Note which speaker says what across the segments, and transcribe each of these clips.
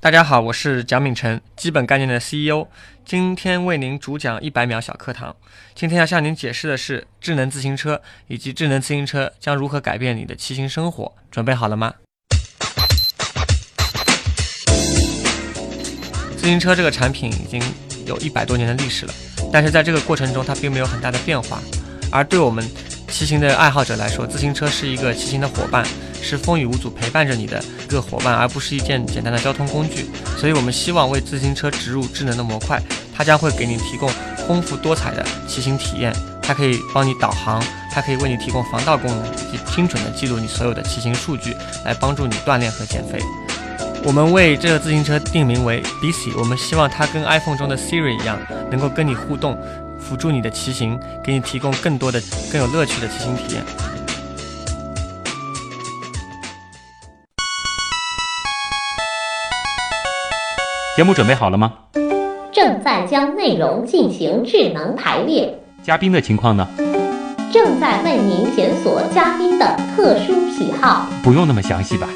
Speaker 1: 大家好，我是蒋敏成，基本概念的 CEO，今天为您主讲一百秒小课堂。今天要向您解释的是智能自行车以及智能自行车将如何改变你的骑行生活，准备好了吗？自行车这个产品已经有一百多年的历史了，但是在这个过程中它并没有很大的变化，而对我们骑行的爱好者来说，自行车是一个骑行的伙伴，是风雨无阻陪伴着你的一个伙伴，而不是一件简单的交通工具。所以，我们希望为自行车植入智能的模块，它将会给你提供丰富多彩的骑行体验。它可以帮你导航，它可以为你提供防盗功能，以及精准的记录你所有的骑行数据，来帮助你锻炼和减肥。我们为这个自行车定名为 Bici，我们希望它跟 iPhone 中的 Siri 一样，能够跟你互动，辅助你的骑行，给你提供更多的、更有乐趣的骑行体验。
Speaker 2: 节目准备好了吗？
Speaker 3: 正在将内容进行智能排列，
Speaker 2: 嘉宾的情况呢？
Speaker 3: 正在为您检索嘉宾的特殊喜好，
Speaker 2: 不用那么详细吧？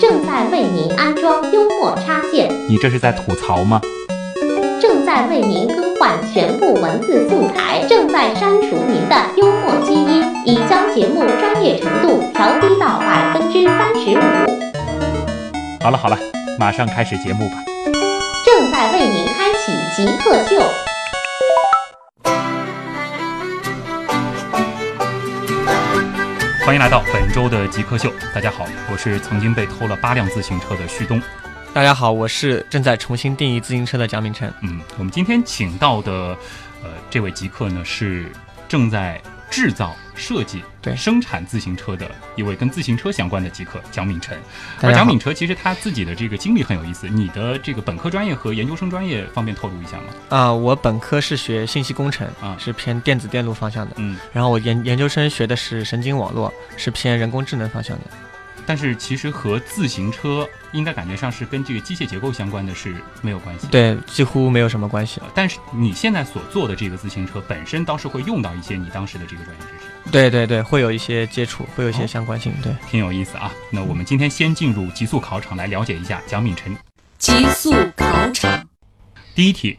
Speaker 3: 正在为您安装幽默插件，
Speaker 2: 你这是在吐槽吗？
Speaker 3: 正在为您更换全部文字素材，正在删除您的幽默基因，已将节目专业程度调低到百分之三十五。
Speaker 2: 好了好了，马上开始节目吧。
Speaker 3: 正在为您开启极客秀，
Speaker 2: 欢迎来到本周的极客秀，大家好，我是曾经被偷了八辆自行车的旭东。
Speaker 1: 大家好，我是正在重新定义自行车的蒋敏成。
Speaker 2: 嗯，我们今天请到的，呃，这位极客呢是正在制造、设计、
Speaker 1: 对
Speaker 2: 生产自行车的一位跟自行车相关的极客蒋敏晨。
Speaker 1: 大
Speaker 2: 而
Speaker 1: 家
Speaker 2: 蒋
Speaker 1: 好
Speaker 2: 敏哲其实他自己的这个经历很有意思，你的这个本科专业和研究生专业方便透露一下吗？
Speaker 1: 啊、我本科是学信息工程，
Speaker 2: 啊
Speaker 1: 是偏电子电路方向的。
Speaker 2: 嗯，
Speaker 1: 然后我研研究生学的是神经网络，是偏人工智能方向的。
Speaker 2: 但是其实和自行车应该感觉上是跟这个机械结构相关的是没有关系。，
Speaker 1: 对，几乎没有什么关系。
Speaker 2: 但是你现在所做的这个自行车本身倒是会用到一些你当时的这个专业知识，
Speaker 1: 对对对，会有一些接触，会有一
Speaker 2: 哦
Speaker 1: 些相关性。对，
Speaker 2: 挺有意思啊。那我们今天先进入极速考场来了解一下蒋敏晨。
Speaker 4: 极速考场，
Speaker 2: 第一题，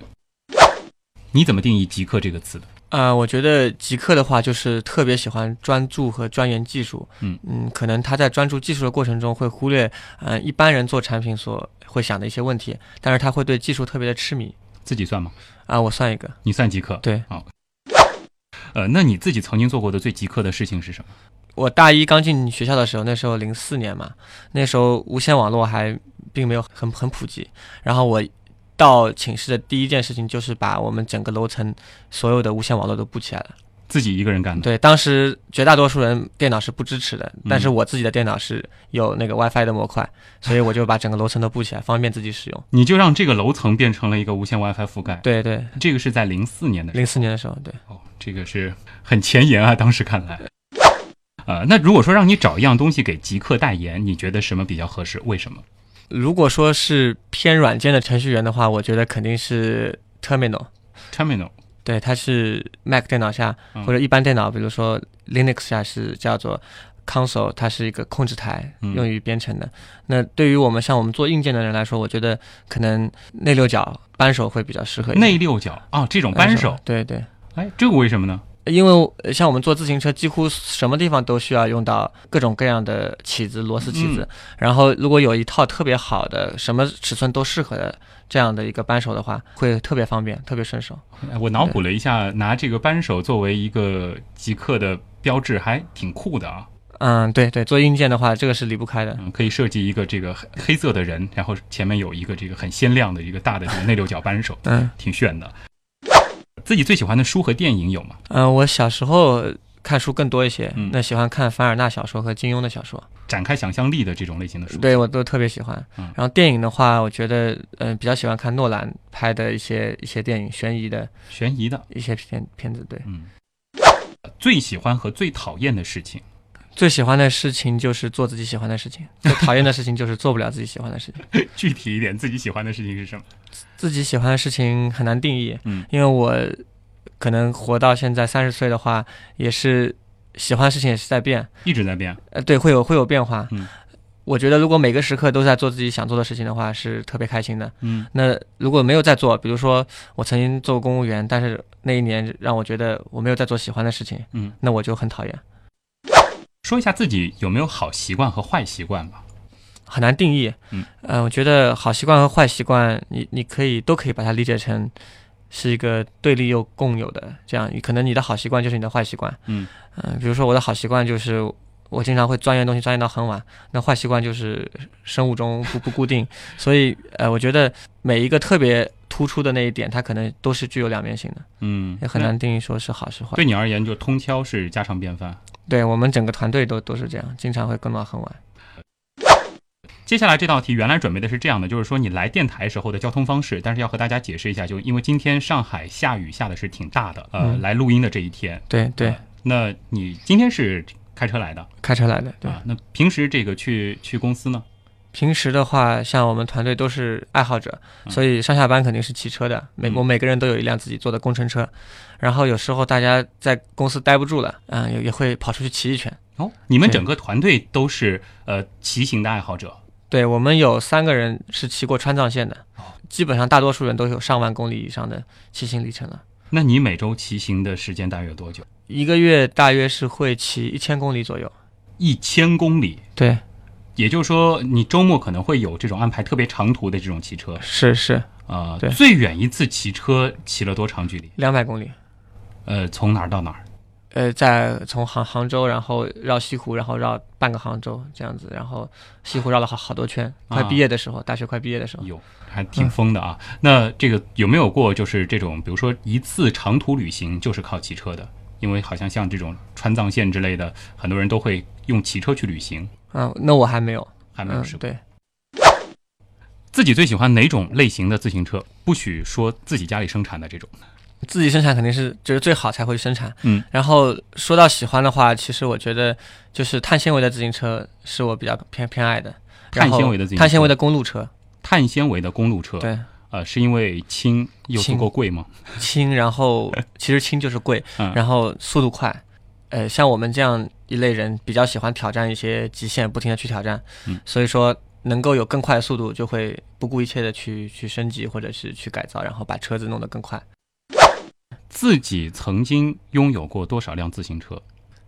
Speaker 2: 你怎么定义“极客”这个词的？
Speaker 1: 呃，我觉得极客的话就是特别喜欢专注和钻研技术。
Speaker 2: 嗯
Speaker 1: 可能他在专注技术的过程中会忽略，呃，一般人做产品所会想的一些问题，但是他会对技术特别的痴迷。
Speaker 2: 自己算吗？
Speaker 1: 啊、我算一个，
Speaker 2: 你算极客？
Speaker 1: 对
Speaker 2: 啊、呃，那你自己曾经做过的最极客的事情是什么？
Speaker 1: 我大一刚进学校的时候，那时候零四年嘛，那时候无线网络还并没有很很普及。然后我到寝室的第一件事情就是把我们整个楼层所有的无线网络都布起来了。
Speaker 2: 自己一个人干的？
Speaker 1: 对，当时绝大多数人电脑是不支持的，但是我自己的电脑是有那个 WiFi 的模块，所以我就把整个楼层都布起来，方便自己使用。
Speaker 2: 你就让这个楼层变成了一个无线 WiFi 覆盖。，
Speaker 1: 对对，
Speaker 2: 这个是在零四年的时候
Speaker 1: 零四年的时候，对，
Speaker 2: 哦，这个是很前沿啊，当时看来。呃，那如果说让你找一样东西给极客代言，你觉得什么比较合适？为什么？
Speaker 1: 如果说是偏软件的程序员的话，我觉得肯定是 Terminal。
Speaker 2: Terminal
Speaker 1: 对，它是 Mac 电脑下
Speaker 2: 嗯
Speaker 1: 或者一般电脑，比如说 Linux 下是叫做 console，它是一个控制台，
Speaker 2: 嗯
Speaker 1: 用于编程的。那对于我们像我们做硬件的人来说，我觉得可能内六角扳手会比较适合一点。
Speaker 2: 内六角啊、这种扳手，，
Speaker 1: 对对。
Speaker 2: 哎，这个为什么呢？
Speaker 1: 因为呃像我们做自行车，几乎什么地方都需要用到各种各样的起子、螺丝起子。
Speaker 2: 嗯
Speaker 1: 然后，如果有一套特别好的、什么尺寸都适合的这样的一个扳手的话，会特别方便，特别顺手。
Speaker 2: 哎我脑补了一下，拿这个扳手作为一个极客的标志，还挺酷的啊。
Speaker 1: 嗯，对对，做硬件的话，这个是离不开的。
Speaker 2: 嗯，可以设计一个这个黑黑色的人，然后前面有一个这个很鲜亮的一个大的这个内六角扳手，
Speaker 1: 嗯。
Speaker 2: 挺炫的。自己最喜欢的书和电影有吗？
Speaker 1: 嗯、我小时候看书更多一些，
Speaker 2: 嗯
Speaker 1: 那喜欢看凡尔纳小说和金庸的小说，
Speaker 2: 展开想象力的这种类型的书。
Speaker 1: 对我都特别喜欢。
Speaker 2: 嗯
Speaker 1: 然后电影的话，我觉得嗯、呃比较喜欢看诺兰拍的一些一些电影，悬疑的
Speaker 2: 悬疑的，
Speaker 1: 一些片片子。对，
Speaker 2: 嗯。最喜欢和最讨厌的事情，
Speaker 1: 最喜欢的事情就是做自己喜欢的事 情，最讨厌的事情就是做不了自己喜欢的事情。
Speaker 2: 具体一点，自己喜欢的事情是什么？
Speaker 1: 自己喜欢的事情很难定义，
Speaker 2: 嗯，
Speaker 1: 因为我可能活到现在三十岁的话，也是喜欢的事情也是在变，
Speaker 2: 一直在变。
Speaker 1: 呃，对，会有会有变化。
Speaker 2: 嗯
Speaker 1: 我觉得如果每个时刻都在做自己想做的事情的话，是特别开心的。
Speaker 2: 嗯，
Speaker 1: 那如果没有在做，比如说我曾经做过公务员，但是那一年让我觉得我没有在做喜欢的事情，
Speaker 2: 嗯，
Speaker 1: 那我就很讨厌，
Speaker 2: 说一下自己有没有好习惯和坏习惯吧。
Speaker 1: 很难定义。
Speaker 2: 嗯，
Speaker 1: 呃，我觉得好习惯和坏习惯，你你可以都可以把它理解成是一个对立又共有的这样，可能你的好习惯就是你的坏习惯。
Speaker 2: 嗯
Speaker 1: 嗯、比如说我的好习惯就是。我经常会钻研东西，钻研到很晚。那坏习惯就是生物钟不不固定， 所以呃，我觉得每一个特别突出的那一点，它可能都是具有两面性的。
Speaker 2: 嗯，
Speaker 1: 也很难定义说是好是坏
Speaker 2: 那。对你而言，就通宵是家常便饭。
Speaker 1: 对我们整个团队都都是这样，经常会更到很晚。
Speaker 2: 接下来这道题原来准备的是这样的，就是说你来电台时候的交通方式，但是要和大家解释一下，就因为今天上海下雨下的是挺大的，呃，
Speaker 1: 嗯
Speaker 2: 来录音的这一天，
Speaker 1: 对对
Speaker 2: 呃，那你今天是开车来的
Speaker 1: 开车来的。对，
Speaker 2: 啊？那平时这个去去公司呢？
Speaker 1: 平时的话，像我们团队都是爱好者，所以上下班肯定是骑车的。每
Speaker 2: 嗯
Speaker 1: 我每个人都有一辆自己坐的工程车，然后有时候大家在公司待不住了，嗯，也也会跑出去骑一圈。
Speaker 2: 哦，你们
Speaker 1: 对
Speaker 2: 整个团队都是呃骑行的爱好者，
Speaker 1: 对我们有三个人是骑过川藏线的
Speaker 2: 哦，
Speaker 1: 基本上大多数人都有上万公里以上的骑行里程了。
Speaker 2: 那你每周骑行的时间大约有多久？
Speaker 1: 一个月大约是会骑一千公里左右。
Speaker 2: 嗯一千公里。
Speaker 1: 对，
Speaker 2: 也就是说，你周末可能会有这种安排特别长途的这种骑车，
Speaker 1: 是是，
Speaker 2: 呃
Speaker 1: 对，
Speaker 2: 最远一次骑车骑了多长距离？
Speaker 1: 两百公里。
Speaker 2: 呃，从哪儿到哪儿？
Speaker 1: 呃，在从杭杭州，然后绕西湖，然后绕半个杭州这样子，然后西湖绕了好好多圈。
Speaker 2: 啊嗯
Speaker 1: 快毕业的时候，大学快毕业的时候，
Speaker 2: 有，还挺疯的啊。那这个有没有过就是这种，比如说一次长途旅行就是靠骑车的？因为好像像这种川藏线之类的，很多人都会用骑车去旅行，
Speaker 1: 啊，那我还没有，
Speaker 2: 还没有
Speaker 1: 嗯
Speaker 2: 试，过。
Speaker 1: 对，
Speaker 2: 自己最喜欢哪种类型的自行车？不许说自己家里生产的这种。
Speaker 1: 自己生产肯定是觉得最好才会生产。
Speaker 2: 嗯，
Speaker 1: 然后说到喜欢的话，其实我觉得就是碳纤维的自行车是我比较偏偏爱的。然后
Speaker 2: 碳纤维的自行车
Speaker 1: 碳纤维的公路车，
Speaker 2: 碳纤维的公路车，
Speaker 1: 对，
Speaker 2: 呃，是因为轻又足
Speaker 1: 轻
Speaker 2: 够贵吗？
Speaker 1: 轻，然后 其实轻就是贵，
Speaker 2: 嗯
Speaker 1: 然后速度快。呃，像我们这样一类人比较喜欢挑战一些极限，不停的去挑战，
Speaker 2: 嗯
Speaker 1: 所以说能够有更快的速度，就会不顾一切的去去升级或者是去改造，然后把车子弄得更快，
Speaker 2: 自己曾经拥有过多少辆自行车？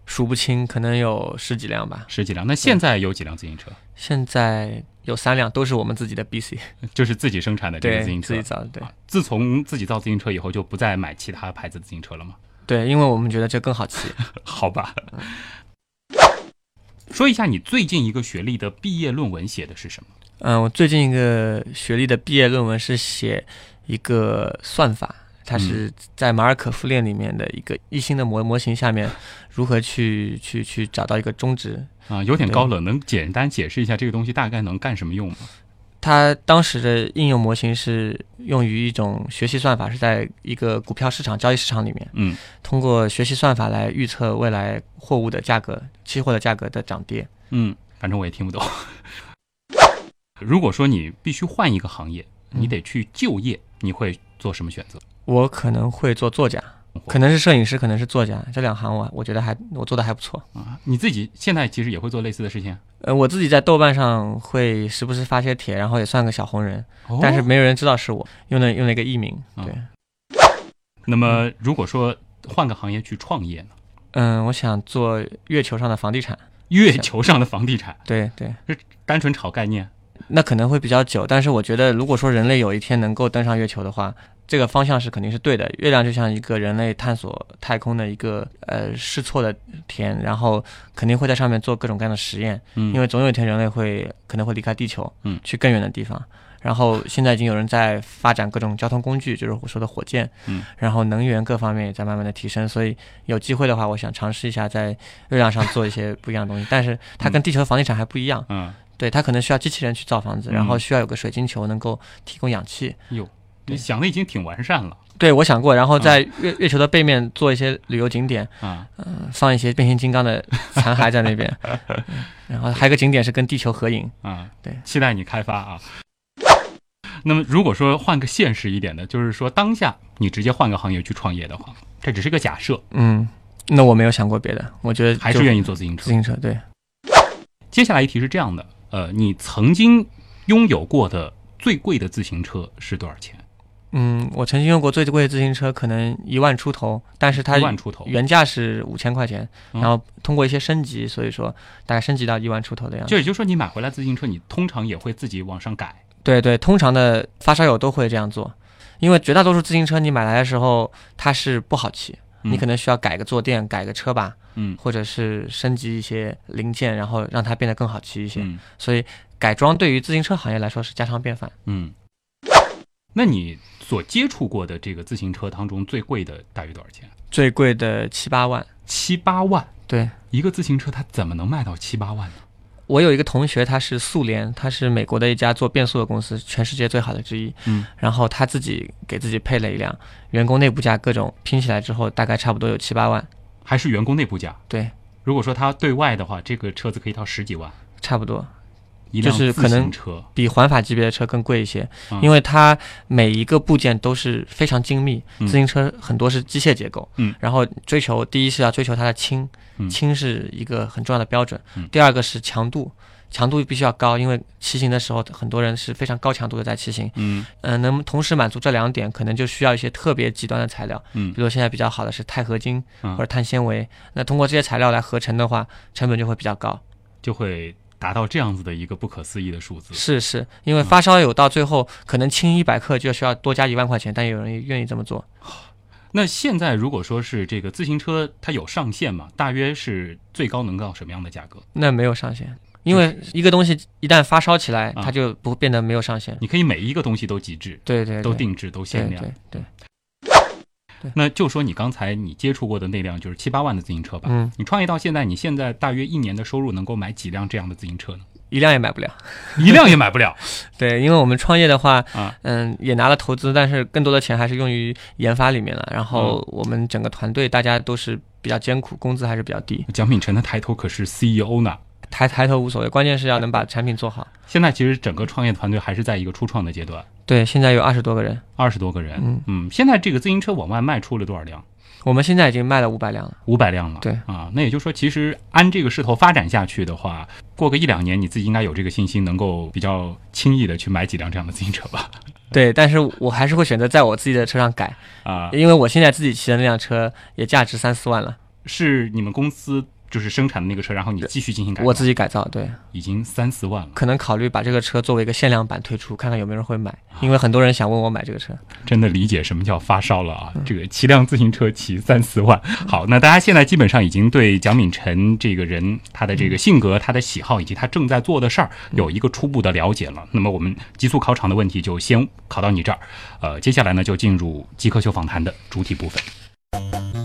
Speaker 1: 数不清，可能有十几辆吧。
Speaker 2: 十几辆。那现在有几辆自行车？
Speaker 1: 现在有三辆，都是我们自己的 BC，
Speaker 2: 啊就是自己生产的这个
Speaker 1: 对
Speaker 2: 自行，
Speaker 1: 自
Speaker 2: 车
Speaker 1: 己。造的，对
Speaker 2: 啊自从自己造自行车以后，就不再买其他牌子自行车了吗？
Speaker 1: 对，因为我们觉得这更 好骑。
Speaker 2: 好吧。 说一下你最近一个学历的毕业论文写的是什么？
Speaker 1: 嗯，我最近一个学历的毕业论文是写一个算法，它是在马尔可夫链里面的一个一星的模模型下面，如何去去去找到一个中值。
Speaker 2: 啊、有点高冷，能简单解释一下这个东西大概能干什么用吗？
Speaker 1: 它当时的应用模型是用于一种学习算法，是在一个股票市场交易市场里面，
Speaker 2: 嗯，
Speaker 1: 通过学习算法来预测未来货物的价格、期货的价格的涨跌。
Speaker 2: 嗯，反正我也听不懂。 如果说你必须换一个行业，
Speaker 1: 嗯
Speaker 2: 你得去就业，你会做什么选择？
Speaker 1: 我可能会做作家，可能是摄影师，可能是作家，这两行我我觉得还我做的还不错。
Speaker 2: 啊，你自己现在其实也会做类似的事情啊，
Speaker 1: 呃，我自己在豆瓣上会时不时发些帖，然后也算个小红人，
Speaker 2: 哦
Speaker 1: 但是没有人知道是我，用了用了一个艺名。
Speaker 2: 啊
Speaker 1: 对，
Speaker 2: 那么如果说换个行业去创业呢？
Speaker 1: 嗯，我想做月球上的房地产。
Speaker 2: 月球上的房 地产，
Speaker 1: 对对，
Speaker 2: 单纯炒概念，
Speaker 1: 那可能会比较久，但是我觉得，如果说人类有一天能够登上月球的话，这个方向是肯定是对的。月亮就像一个人类探索太空的一个呃试错的田，然后肯定会在上面做各种各样的实验，
Speaker 2: 嗯，
Speaker 1: 因为总有一天人类会可能会离开地球，
Speaker 2: 嗯
Speaker 1: 去更远的地方。然后现在已经有人在发展各种交通工具，就是我说的火箭，
Speaker 2: 嗯，
Speaker 1: 然后能源各方面也在慢慢的提升，所以有机会的话，我想尝试一下在月亮上做一些不一样的东西，但是它跟地球的房地产还不一样，
Speaker 2: 嗯，
Speaker 1: 对，它可能需要机器人去造房子，
Speaker 2: 嗯
Speaker 1: 然后需要有个水晶球能够提供氧气。
Speaker 2: 哟，你
Speaker 1: 对
Speaker 2: 想的已经挺完善了
Speaker 1: 对，我想过，然后
Speaker 2: 嗯
Speaker 1: 在月月球的背面做一些旅游景点，
Speaker 2: 啊，
Speaker 1: 嗯放一些变形金刚的残骸在那 边，嗯然后还有一个景点是跟地球合影。
Speaker 2: 啊，
Speaker 1: 对
Speaker 2: 期待你开发啊。那么，如果说换个现实一点的，就是说当下你直接换个行业去创业的话，这只是个假设，
Speaker 1: 嗯，那我没有想过别的，我觉得
Speaker 2: 还是
Speaker 1: 就
Speaker 2: 愿意做自行车
Speaker 1: 自。行车。对，
Speaker 2: 接下来一题是这样的，呃，你曾经拥有过的最贵的自行车是多少钱？
Speaker 1: 嗯，我曾经用过最贵的自行车，可能一万出头，但是它
Speaker 2: 一万出头。
Speaker 1: 原价是五千块钱，
Speaker 2: 嗯
Speaker 1: 然后通过一些升级，所以说大概升级到一万出头的样子。
Speaker 2: 就也就是说，你买回来自行车，你通常也会自己往上改。
Speaker 1: 对对，通常的发烧友都会这样做，因为绝大多数自行车你买来的时候它是不好骑，
Speaker 2: 嗯
Speaker 1: 你可能需要改个坐垫、改个车把，
Speaker 2: 嗯
Speaker 1: 或者是升级一些零件，然后让它变得更好骑一些。
Speaker 2: 嗯
Speaker 1: 所以改装对于自行车行业来说是家常便饭。
Speaker 2: 嗯。那你所接触过的这个自行车当中，最贵的大约多少钱？
Speaker 1: 最贵的七八万，
Speaker 2: 七八万。
Speaker 1: 对
Speaker 2: 一个自行车它怎么能卖到七八万呢？
Speaker 1: 我有一个同学，他是速联，他是美国的一家做变速的公司，全世界最好的之一。
Speaker 2: 嗯，
Speaker 1: 然后他自己给自己配了一辆，员工内部价各种拼起来之后，大概差不多有七八万，
Speaker 2: 还是员工内部价？
Speaker 1: 对，
Speaker 2: 如果说它对外的话，这个车子可以到十几万，
Speaker 1: 差不多
Speaker 2: 一辆
Speaker 1: 就是
Speaker 2: 自
Speaker 1: 可
Speaker 2: 行
Speaker 1: 能
Speaker 2: 车。
Speaker 1: 比环法级别的车更贵一些，
Speaker 2: 嗯
Speaker 1: 因为它每一个部件都是非常精密，
Speaker 2: 嗯
Speaker 1: 自行车很多是机械结构，
Speaker 2: 嗯，
Speaker 1: 然后追求第一是要追求它的轻，
Speaker 2: 嗯
Speaker 1: 轻是一个很重要的标准，
Speaker 2: 嗯
Speaker 1: 第二个是强度。强度必须要高，因为骑行的时候很多人是非常高强度的在骑行，
Speaker 2: 嗯
Speaker 1: 嗯、能同时满足这两点，可能就需要一些特别极端的材料，
Speaker 2: 嗯
Speaker 1: 比如现在比较好的是钛合金
Speaker 2: 嗯
Speaker 1: 或者碳纤维，那通过这些材料来合成的话，成本就会比较高。
Speaker 2: 就会达到这样子的一个不可思议的数字。
Speaker 1: 是是，因为发烧友到最后可能轻一百克就需要多加一万块钱，但有人愿意这么做。
Speaker 2: 那现在如果说是这个自行车，它有上限嘛？大约是最高能到什么样的价格？
Speaker 1: 那没有上限，因为一个东西一旦发烧起来，
Speaker 2: 啊
Speaker 1: 它就不变得没有上限。
Speaker 2: 你可以每一个东西都极致、
Speaker 1: 对对，对
Speaker 2: 都定制、都
Speaker 1: 对
Speaker 2: 限量啊
Speaker 1: 对。对，
Speaker 2: 那就说你刚才你接触过的那辆就是七八万的自行车吧。
Speaker 1: 嗯，
Speaker 2: 你创业到现在，你现在大约一年的收入能够买几辆这样的自行 车呢？
Speaker 1: 一辆也买不了。
Speaker 2: 一辆也买不了。
Speaker 1: 对，因为我们创业的话
Speaker 2: 啊，
Speaker 1: 嗯，也拿了投资，但是更多的钱还是用于研发里面了。然后
Speaker 2: 嗯
Speaker 1: 我们整个团队大家都是比较艰苦，工资还是比较低。
Speaker 2: 蒋品辰的抬头可是 CEO 呢。
Speaker 1: 抬抬头无所谓，关键是要能把产品做好。
Speaker 2: 现在其实整个创业团队还是在一个初创的阶段，
Speaker 1: 对，现在有二十多个人，
Speaker 2: 二十多个人。
Speaker 1: 嗯
Speaker 2: 现在这个自行车往外卖出了多少辆？
Speaker 1: 我们现在已经卖了五百辆了。
Speaker 2: 五百辆了。
Speaker 1: 对
Speaker 2: 啊，那也就是说，其实按这个势头发展下去的话，过个一两年，你自己应该有这个信心，能够比较轻易的去买几辆这样的自行车吧？
Speaker 1: 对，但是我还是会选择在我自己的车上改，
Speaker 2: 啊，
Speaker 1: 因为我现在自己骑的那辆车也价值三四万了，
Speaker 2: 是你们公司就是生产的那个车，然后你继续进行改造，
Speaker 1: 我自己改造。对，
Speaker 2: 已经三四万了，
Speaker 1: 可能考虑把这个车作为一个限量版推出，看看有没有人会买，因为很多人想问我买这个车。
Speaker 2: 真的理解什么叫发烧了啊！这个骑辆自行车骑三四万，好，那大家现在基本上已经对蒋敏辰这个人他的这个性格、他的喜好以及他正在做的事儿有一个初步的了解了。那么我们极速考场的问题就先考到你这儿，呃，接下来呢就进入极客秀访谈的主体部分。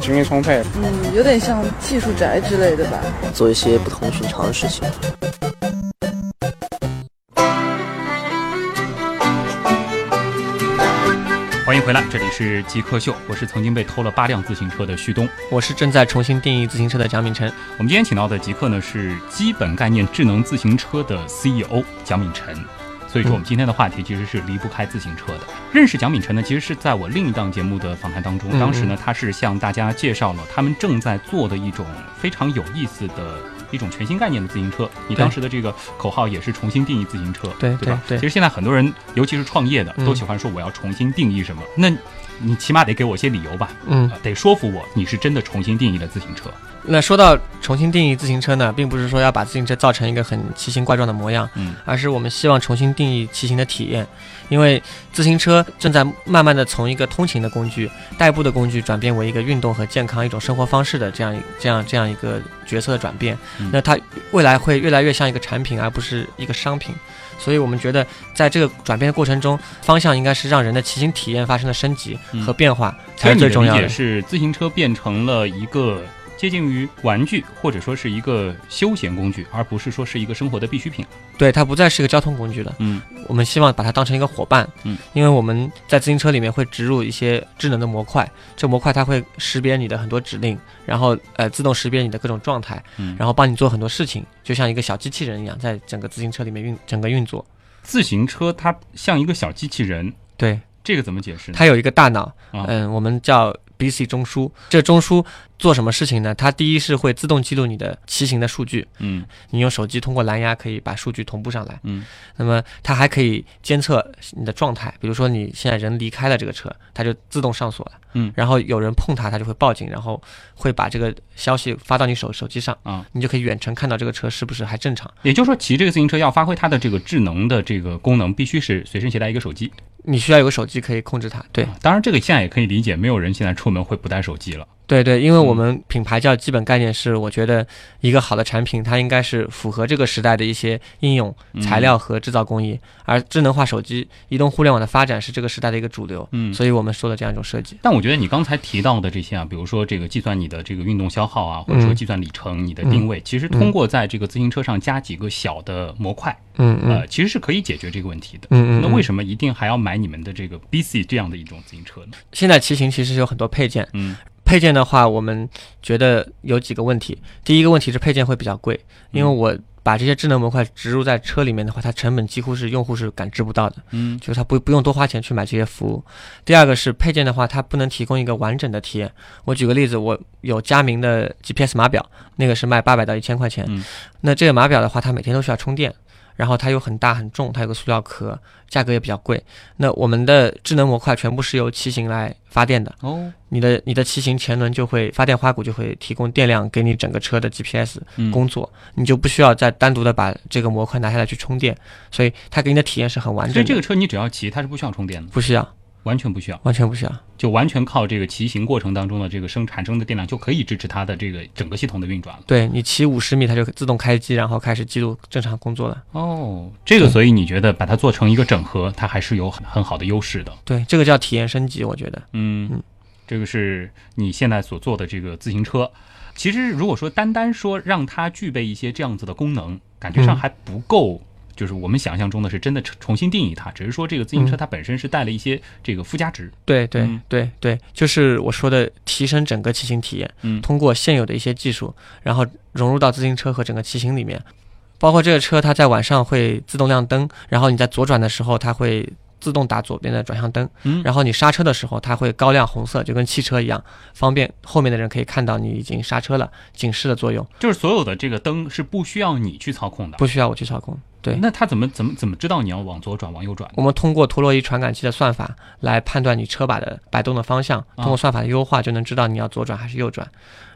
Speaker 5: 精力充沛。
Speaker 6: 嗯，有点像技术宅之类的吧。
Speaker 7: 做一些不同寻常的事情。
Speaker 2: 欢迎回来，这里是极客秀，我是曾经被偷了八辆自行车的旭东。
Speaker 1: 我是正在重新定义自行车的蒋敏辰。
Speaker 2: 我们今天请到的极客呢是基本概念智能自行车的 CEO 蒋敏辰。所以
Speaker 1: 嗯
Speaker 2: 说，我们今天的话题其实是离不开自行车的。认识蒋敏辰呢，其实是在我另一档节目的访谈当中，
Speaker 1: 嗯
Speaker 2: 当时呢，他是向大家介绍了他们正在做的一种非常有意思的一种全新概念的自行车。你
Speaker 1: 对
Speaker 2: 当时的这个口号也是重新定义自行车，
Speaker 1: 对
Speaker 2: 对吧？
Speaker 1: 对对
Speaker 2: 其实现在很多人，尤其是创业的，
Speaker 1: 嗯
Speaker 2: 都喜欢说我要重新定义什么。那你起码得给我一些理由吧，
Speaker 1: 嗯
Speaker 2: 呃，得说服我你是真的重新定义了自行车。
Speaker 1: 那说到重新定义自行车呢，并不是说要把自行车造成一个很奇形怪状的模样，
Speaker 2: 嗯，
Speaker 1: 而是我们希望重新定义骑行的体验，因为自行车正在慢慢的从一个通勤的工具、代步的工具，转变为一个运动和健康一种生活方式的这样一这样这样一个角色的转变。
Speaker 2: 嗯
Speaker 1: 那它未来会越来越像一个产品，而不是一个商品。所以我们觉得，在这个转变的过程中，方向应该是让人的骑行体验发生了升级
Speaker 2: 嗯
Speaker 1: 和变化，
Speaker 2: 其
Speaker 1: 才是
Speaker 2: 实你的
Speaker 1: 最重
Speaker 2: 理
Speaker 1: 要
Speaker 2: 解
Speaker 1: 的。
Speaker 2: 是，自行车变成了一个接近于玩具或者说是一个休闲工具，而不是说是一个生活的必需品。
Speaker 1: 对，它不再是一个交通工具了。
Speaker 2: 嗯，
Speaker 1: 我们希望把它当成一个伙伴。
Speaker 2: 嗯，
Speaker 1: 因为我们在自行车里面会植入一些智能的模块，这模块它会识别你的很多指令，然后呃自动识别你的各种状态，
Speaker 2: 嗯
Speaker 1: 然后帮你做很多事情，就像一个小机器人一样，在整个自行车里面运整个运作。
Speaker 2: 自行车它像一个小机器人，
Speaker 1: 对，
Speaker 2: 这个怎么解释呢？
Speaker 1: 它有一个大脑，
Speaker 2: 嗯啊
Speaker 1: 嗯，我们叫 BC 中枢。这中枢做什么事情呢？它第一是会自动记录你的骑行的数据，
Speaker 2: 嗯，
Speaker 1: 你用手机通过蓝牙可以把数据同步上来，
Speaker 2: 嗯，
Speaker 1: 那么它还可以监测你的状态，比如说你现在人离开了这个车，它就自动上锁了，
Speaker 2: 嗯
Speaker 1: 然后有人碰它，它就会报警，然后会把这个消息发到你手手机上，
Speaker 2: 啊，
Speaker 1: 你就可以远程看到这个车是不是还正常。
Speaker 2: 也就是说，骑这个自行车要发挥它的这个智能的这个功能，必须是随身携带一个手机。
Speaker 1: 你需要有个手机可以控制它，对，
Speaker 2: 当然，这个现在也可以理解，没有人现在出门会不带手机了。
Speaker 1: 对对，因为我们品牌叫基本概念是，我觉得一个好的产品，它应该是符合这个时代的一些应用
Speaker 2: 嗯
Speaker 1: 材料和制造工艺，而智能化手机、移动互联网的发展是这个时代的一个主流，
Speaker 2: 嗯
Speaker 1: 所以我们做了这样一种设计。
Speaker 2: 但我觉得你刚才提到的这些啊，比如说这个计算你的这个运动消耗啊，或者说
Speaker 1: 嗯
Speaker 2: 计算里程、你的定位，
Speaker 1: 嗯
Speaker 2: 其实通过在这个自行车上加几个小的模块，
Speaker 1: 嗯嗯
Speaker 2: 呃，其实是可以解决这个问题的。
Speaker 1: 嗯嗯嗯
Speaker 2: 那为什么一定还要买你们的这个 BC 这样的一种自行车呢？
Speaker 1: 现在骑行其实有很多配件，
Speaker 2: 嗯，
Speaker 1: 配件的话，我们觉得有几个问题。第一个问题是配件会比较贵，因为我把这些智能模块植入在车里面的话，它成本几乎是用户是感知不到的，
Speaker 2: 嗯
Speaker 1: 就是他不不用多花钱去买这些服务。第二个是配件的话，它不能提供一个完整的体验。我举个例子，我有佳明的 GPS 码表，那个是卖八百到一千块钱，
Speaker 2: 嗯
Speaker 1: 那这个码表的话，它每天都需要充电。然后它又很大很重，它有个塑料壳，价格也比较贵。那我们的智能模块全部是由骑行来发电的，
Speaker 2: 哦，
Speaker 1: 你的你的骑行前轮就会发电花鼓就会提供电量给你整个车的 GPS
Speaker 2: 嗯
Speaker 1: 工作，你就不需要再单独的把这个模块拿下来去充电，所以它给你的体验是很完整的。
Speaker 2: 所以这个车你只要骑，它是不需要充电的，
Speaker 1: 不需要，
Speaker 2: 完全不需要，
Speaker 1: 完全不需要。
Speaker 2: 就完全靠这个骑行过程当中的这个生产生的电量就可以支持它的这个整个系统的运转了。
Speaker 1: 对你骑五十米，它就自动开机，然后开始记录正常工作了。
Speaker 2: 哦，这个所以你觉得把它做成一个整合，它还是有很很好的优势的。
Speaker 1: 对，这个叫体验升级，我觉得。
Speaker 2: 嗯，这个是你现在所做的这个自行车。其实如果说单单说让它具备一些这样子的功能，感觉上
Speaker 1: 嗯
Speaker 2: 还不够。就是我们想象中的是真的重重新定义它，只是说这个自行
Speaker 1: 嗯
Speaker 2: 车它本身是带了一些这个附加值。
Speaker 1: 对对
Speaker 2: 嗯
Speaker 1: 对对，就是我说的提升整个骑行体验，
Speaker 2: 嗯
Speaker 1: 通过现有的一些技术，然后融入到自行车和整个骑行里面，包括这个车它在晚上会自动亮灯，然后你在左转的时候它会。自动打左边的转向灯，
Speaker 2: 嗯
Speaker 1: 然后你刹车的时候，它会高亮红色，就跟汽车一样，方便后面的人可以看到你已经刹车了，警示的作用，
Speaker 2: 就是所有的这个灯是不需要你去操控的。
Speaker 1: 不需要我去操控。对，
Speaker 2: 那它怎么怎么怎么知道你要往左转往右转？
Speaker 1: 我们通过陀螺仪传感器的算法来判断你车把的摆动的方向，通过算法的优化就能知道你要左转还是右转。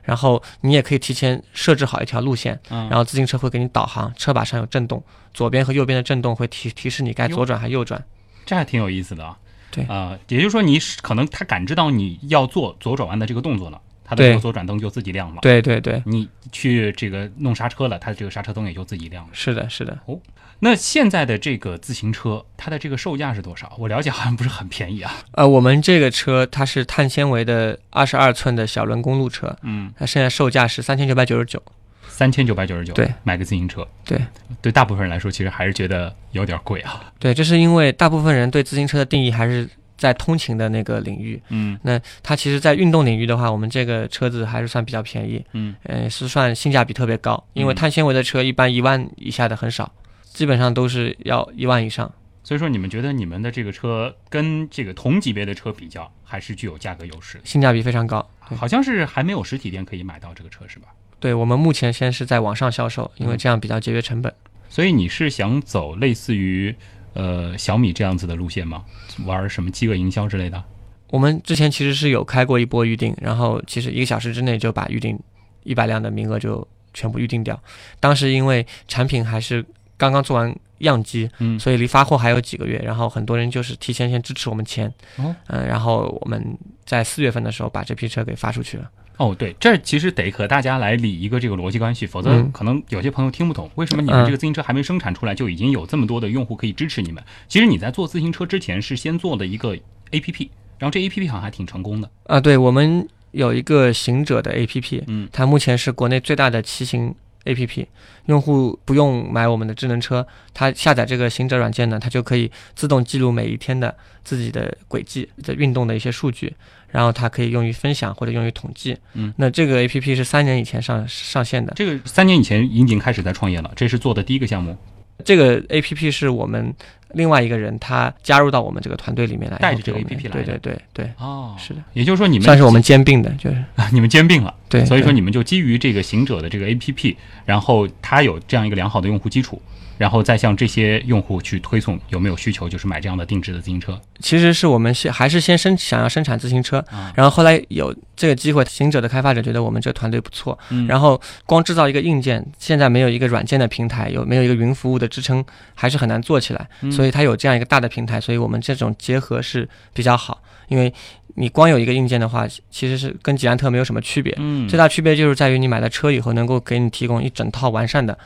Speaker 1: 然后你也可以提前设置好一条路线，
Speaker 2: 嗯
Speaker 1: 然后自行车会给你导航，车把上有震动，左边和右边的震动会提提示你该左转还右转。
Speaker 2: 这还挺有意思的啊。
Speaker 1: 对
Speaker 2: 啊，也就是说你是可能它感知到你要做左转弯的这个动作了，它的这个
Speaker 1: 对
Speaker 2: 左转灯就自己亮了。
Speaker 1: 对对对，
Speaker 2: 你去这个弄刹车了，它的这个刹车灯也就自己亮了。
Speaker 1: 是的，是的。
Speaker 2: 哦，那现在的这个自行车，它的这个售价是多少？我了解好像不是很便宜啊。
Speaker 1: 呃，我们这个车它是碳纤维的二十二寸的小轮公路车，
Speaker 2: 嗯，
Speaker 1: 它现在售价是三千九百九十九。
Speaker 2: 三千九百九十九，
Speaker 1: 对，
Speaker 2: 买个自行车，
Speaker 1: 对，
Speaker 2: 对大部分人来说，其实还是觉得有点贵啊。
Speaker 1: 对，这是因为大部分人对自行车的定义还是在通勤的那个领域，
Speaker 2: 嗯
Speaker 1: 那它其实，在运动领域的话，我们这个车子还是算比较便宜，
Speaker 2: 嗯，
Speaker 1: 呃，是算性价比特别高，因为
Speaker 2: 嗯
Speaker 1: 碳纤维的车一般一万以下的很少，基本上都是要一万以上。
Speaker 2: 所以说，你们觉得你们的这个车跟这个同级别的车比较，还是具有价格优势的？
Speaker 1: 性价比非常高。对
Speaker 2: 好像是还没有实体店可以买到这个车，是吧？
Speaker 1: 对我们目前先是在网上销售，因为
Speaker 2: 嗯
Speaker 1: 这样比较节约成本。
Speaker 2: 所以你是想走类似于呃小米这样子的路线吗？玩什么饥饿营销之类的？
Speaker 1: 我们之前其实是有开过一波预定，然后其实一个小时之内就把预定一百辆的名额就全部预定掉。当时因为产品还是刚刚做完样机，
Speaker 2: 嗯
Speaker 1: 所以离发货还有几个月，然后很多人就是提前先支持我们钱，
Speaker 2: 哦
Speaker 1: 嗯，然后我们在四月份的时候把这批车给发出去了。
Speaker 2: 哦，对，这其实得和大家来理一个这个逻辑关系，否则
Speaker 1: 嗯
Speaker 2: 可能有些朋友听不懂，为什么你们
Speaker 1: 嗯
Speaker 2: 这个自行车还没生产出来，就已经有这么多的用户可以支持你们？其实你在做自行车之前是先做的一个 APP，然后这 APP 好像还挺成功的。
Speaker 1: 啊，对我们有一个行者的 APP，
Speaker 2: 嗯，
Speaker 1: 它目前是国内最大的骑行 APP。用户不用买我们的智能车，他下载这个行者软件呢，它就可以自动记录每一天的自己的轨迹、在运动的一些数据，然后它可以用于分享或者用于统计。
Speaker 2: 嗯
Speaker 1: 那这个 APP 是三年以前上上线的。
Speaker 2: 这个三年以前已经开始在创业了，这是做的第一个项目，
Speaker 1: 这个 APP 是我们另外一个人他加入到我们这个团队里面来，
Speaker 2: 带着这个
Speaker 1: 然后给我们
Speaker 2: APP 来的
Speaker 1: 对对对对，
Speaker 2: 哦，
Speaker 1: 是的，
Speaker 2: 也就是说你们
Speaker 1: 算是我们兼并的，就是
Speaker 2: 啊， 你们兼并了，
Speaker 1: 对
Speaker 2: 所以说
Speaker 1: 对
Speaker 2: 你们就基于这个行者的这个 APP，然后它有这样一个良好的用户基础，然后再向这些用户去推送有没有需求，就是买这样的定制的自行车。
Speaker 1: 其实是我们先还是先生想要生产自行车
Speaker 2: 啊，
Speaker 1: 然后后来有这个机会，行者的开发者觉得我们这团队不错
Speaker 2: 嗯，
Speaker 1: 然后光制造一个硬件，现在没有一个软件的平台，有没有一个云服务的支撑，还是很难做起来
Speaker 2: 嗯。
Speaker 1: 所以它有这样一个大的平台，所以我们这种结合是比较好，因为你光有一个硬件的话，其实是跟捷安特没有什么区别。
Speaker 2: 嗯
Speaker 1: 最大区别就是在于你买了车以后，能够给你提供一整套完善的。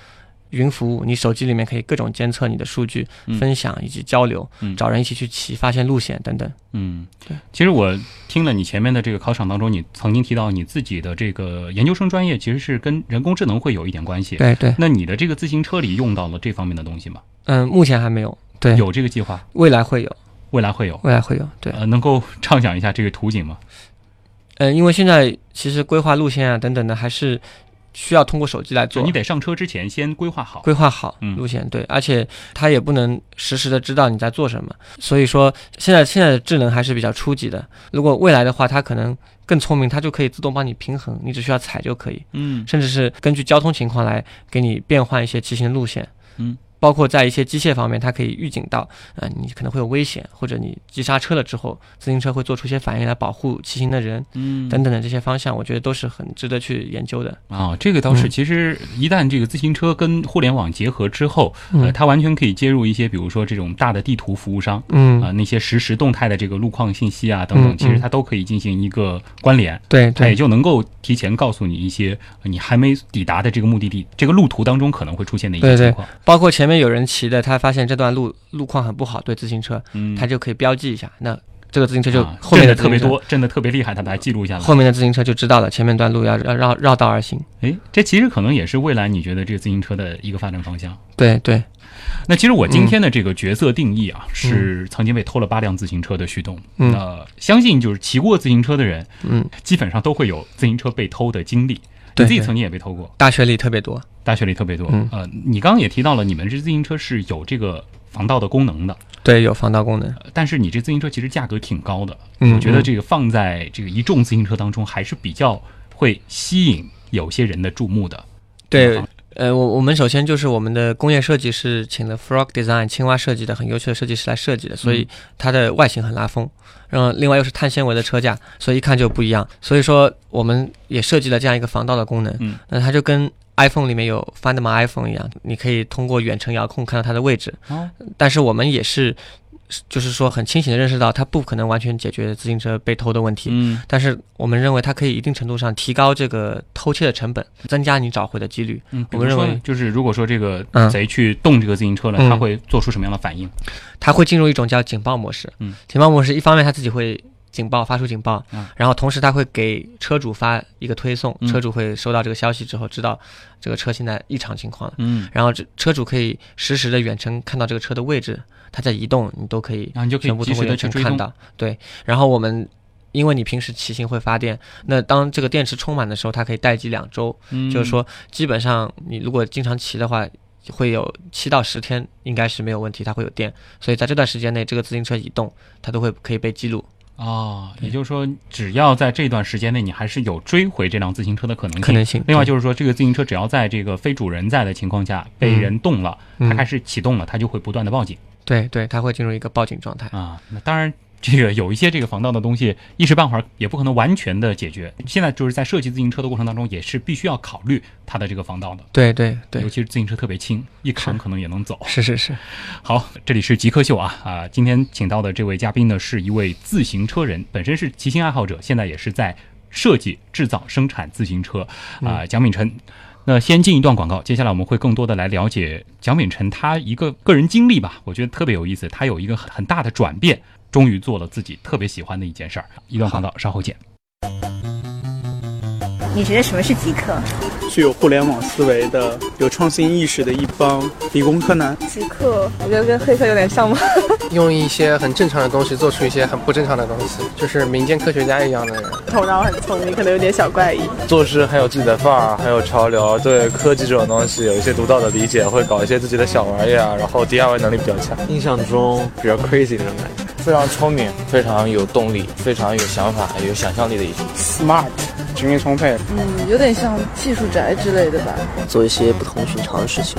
Speaker 1: 云服务，你手机里面可以各种监测你的数据、
Speaker 2: 嗯
Speaker 1: 分享以及交流，
Speaker 2: 嗯
Speaker 1: 找人一起去骑，发现路线等等。
Speaker 2: 嗯，
Speaker 1: 对。
Speaker 2: 其实我听了你前面的这个考场当中，你曾经提到你自己的这个研究生专业其实是跟人工智能会有一点关系。
Speaker 1: 对对
Speaker 2: 那你的这个自行车里用到了这方面的东西吗？
Speaker 1: 嗯，目前还没有，对，
Speaker 2: 有这个计划，
Speaker 1: 未来会有，
Speaker 2: 未来会有。
Speaker 1: 未来会有，对，
Speaker 2: 呃，能够畅想一下这个图景吗？
Speaker 1: 嗯，因为现在其实规划路线啊等等的还是需要通过手机来
Speaker 2: 就
Speaker 1: 做
Speaker 2: 你，得上车之前先规划好。
Speaker 1: 规划好
Speaker 2: 嗯
Speaker 1: 路线，对，而且它也不能实时的知道你在做什么，所以说现在现在的智能还是比较初级的，如果未来的话，它可能更聪明，它就可以自动帮你平衡，你只需要踩就可以，
Speaker 2: 嗯
Speaker 1: 甚至是根据交通情况来给你变换一些骑行的路线。
Speaker 2: 嗯，
Speaker 1: 包括在一些机械方面，它可以预警到，呃，你可能会有危险，或者你急刹车了之后，自行车会做出一些反应来保护骑行的人，
Speaker 2: 嗯
Speaker 1: 等等的这些方向，我觉得都是很值得去研究的。
Speaker 2: 啊、这个倒是，
Speaker 1: 嗯
Speaker 2: 其实一旦这个自行车跟互联网结合之后，呃，
Speaker 1: 嗯
Speaker 2: 它完全可以接入一些，比如说这种大的地图服务商，
Speaker 1: 嗯
Speaker 2: 啊、那些实时动态的这个路况信息啊等等，
Speaker 1: 嗯
Speaker 2: 其实
Speaker 1: 嗯
Speaker 2: 它都可以进行一个关联，
Speaker 1: 对
Speaker 2: 它也
Speaker 1: 对
Speaker 2: 就能够提前告诉你一些呃你还没抵达的这个目的地，这个路途当中可能会出现的一些
Speaker 1: 对对
Speaker 2: 情况，
Speaker 1: 包括前面有人骑的，他发现这段路路况很不好，对自行车，
Speaker 2: 嗯，
Speaker 1: 他就可以标记一下，那这个自行车就
Speaker 2: 啊
Speaker 1: 后面
Speaker 2: 震
Speaker 1: 的
Speaker 2: 的
Speaker 1: 自
Speaker 2: 特
Speaker 1: 行
Speaker 2: 别
Speaker 1: 车
Speaker 2: 多，，震的特别厉害，它把它记录下来。
Speaker 1: 后面的自行车就知道了前面段路要要绕绕道而行。
Speaker 2: 哎，这其实可能也是未来你觉得这个自行车的一个发展方向。
Speaker 1: 对对，
Speaker 2: 那其实我
Speaker 1: 嗯
Speaker 2: 今天的这个角色定义啊，是曾经被偷了八辆自行车的旭东。
Speaker 1: 嗯
Speaker 2: 那相信就是骑过自行车的人，
Speaker 1: 嗯，
Speaker 2: 基本上都会有自行车被偷的经历。你
Speaker 1: 对
Speaker 2: 自己
Speaker 1: 对
Speaker 2: 曾经也被偷过，
Speaker 1: 大学里特别多。
Speaker 2: 大学里特别多。
Speaker 1: 嗯
Speaker 2: 呃，你刚刚也提到了，你们这自行车是有这个防盗的功能的，
Speaker 1: 对，有防盗功能。
Speaker 2: 但是你这自行车其实价格挺高的。
Speaker 1: 嗯
Speaker 2: 呃我觉得
Speaker 1: 嗯
Speaker 2: 这个放在这个一众自行车当中，还是比较会吸引有些人的注目的。
Speaker 1: 对，呃，我我们首先就是我们的工业设计是请了 Frog Design 青蛙设计的很优秀的设计师来设计的，所以
Speaker 2: 嗯
Speaker 1: 它的外形很拉风。然后另外又是碳纤维的车架，所以一看就不一样。所以说我们也设计了这样一个防盗的功能，
Speaker 2: 嗯
Speaker 1: 那它就跟 iPhone 里面有 Find My iPhone 一样，你可以通过远程遥控看到它的位置。
Speaker 2: 哦
Speaker 1: 但是我们也是，就是说很清醒的认识到，它不可能完全解决自行车被偷的问题。
Speaker 2: 嗯
Speaker 1: 但是我们认为它可以一定程度上提高这个偷窃的成本，增加你找回的几率。
Speaker 2: 嗯，
Speaker 1: 我们
Speaker 2: 比如
Speaker 1: 认
Speaker 2: 说
Speaker 1: 为
Speaker 2: 就是如果说这个
Speaker 1: 嗯
Speaker 2: 贼去动这个自行车了，
Speaker 1: 嗯
Speaker 2: 他会做出什么样的反应？
Speaker 1: 它会进入一种叫警报模式。
Speaker 2: 嗯，
Speaker 1: 警报模式一方面它自己会警报发出警报，
Speaker 2: 嗯
Speaker 1: 然后同时它会给车主发一个推送，
Speaker 2: 嗯
Speaker 1: 车主会收到这个消息之后知道这个车现在异常情况了。
Speaker 2: 嗯，
Speaker 1: 然后这车主可以实时的远程看到这个车的位置，它在移动，你都可以
Speaker 2: 然后你就可以
Speaker 1: 全部
Speaker 2: 及
Speaker 1: 通过
Speaker 2: 时的
Speaker 1: 远
Speaker 2: 去
Speaker 1: 程
Speaker 2: 追踪
Speaker 1: 看。到。对，然后我们因为你平时骑行会发电，那当这个电池充满的时候，它可以待机两周，
Speaker 2: 嗯
Speaker 1: 就是，说，基本上你如果经常骑的话，会有七到十天应该是没有问题，它会有电。所以在这段时间内，这个自行车移动，它都会可以被记录，
Speaker 2: 哦，
Speaker 1: 对
Speaker 2: 也就是说，只要在这段时间内，你还是有追回这辆自行车的可能性。
Speaker 1: 可能性。
Speaker 2: 嗯另外
Speaker 1: 对
Speaker 2: 就是说，这个自行车只要在这个非主人在的情况下被
Speaker 1: 嗯
Speaker 2: 人动了，它
Speaker 1: 嗯
Speaker 2: 开始启动了，它就会不断的报警
Speaker 1: 对对，它会进入一个报警状态。
Speaker 2: 啊。那当然。这个有一些这个防盗的东西，一时半会儿也不可能完全的解决。现在就是在设计自行车的过程当中，也是必须要考虑它的这个防盗的，
Speaker 1: 对对
Speaker 2: 尤
Speaker 1: 对，
Speaker 2: 其是自行车特别轻，一扛
Speaker 1: 是
Speaker 2: 可能也能走。
Speaker 1: 是是是，
Speaker 2: 好，这里是极客秀啊啊！今天请到的这位嘉宾呢，是一位自行车人，本身是骑行爱好者，现在也是在设计、制造、生产自行车啊、蒋敏辰。那先进一段广告，接下来我们会更多的来了解蒋敏辰他一个个人经历吧，我觉得特别有意思，他有一个很很大的转变，终于做了自己特别喜欢的一件事儿。一段广告，稍后见。
Speaker 8: 你觉得什么是极客？
Speaker 5: 具有互联网思维的、有创新意识的一帮理工科男。
Speaker 8: 极客，我觉得跟黑客有点像吗？
Speaker 9: 用一些很正常的东西做出一些很不正常的东西，就是民间科学家一样的人。
Speaker 8: 头脑很聪明，可能有点小怪异。
Speaker 10: 做事很有自己的范儿，很有潮流，对科技这种东西有一些独到的理解，会搞一些自己的小玩意儿，然后 DIY 能力比较强。
Speaker 11: 印象中比较 crazy 那种感觉，非常聪明，非常有动力，非常有想法、有想象力的一群。
Speaker 5: Smart，精力充沛。
Speaker 6: 嗯，有点像技术宅之类的吧。
Speaker 7: 做一些不同寻常的事情。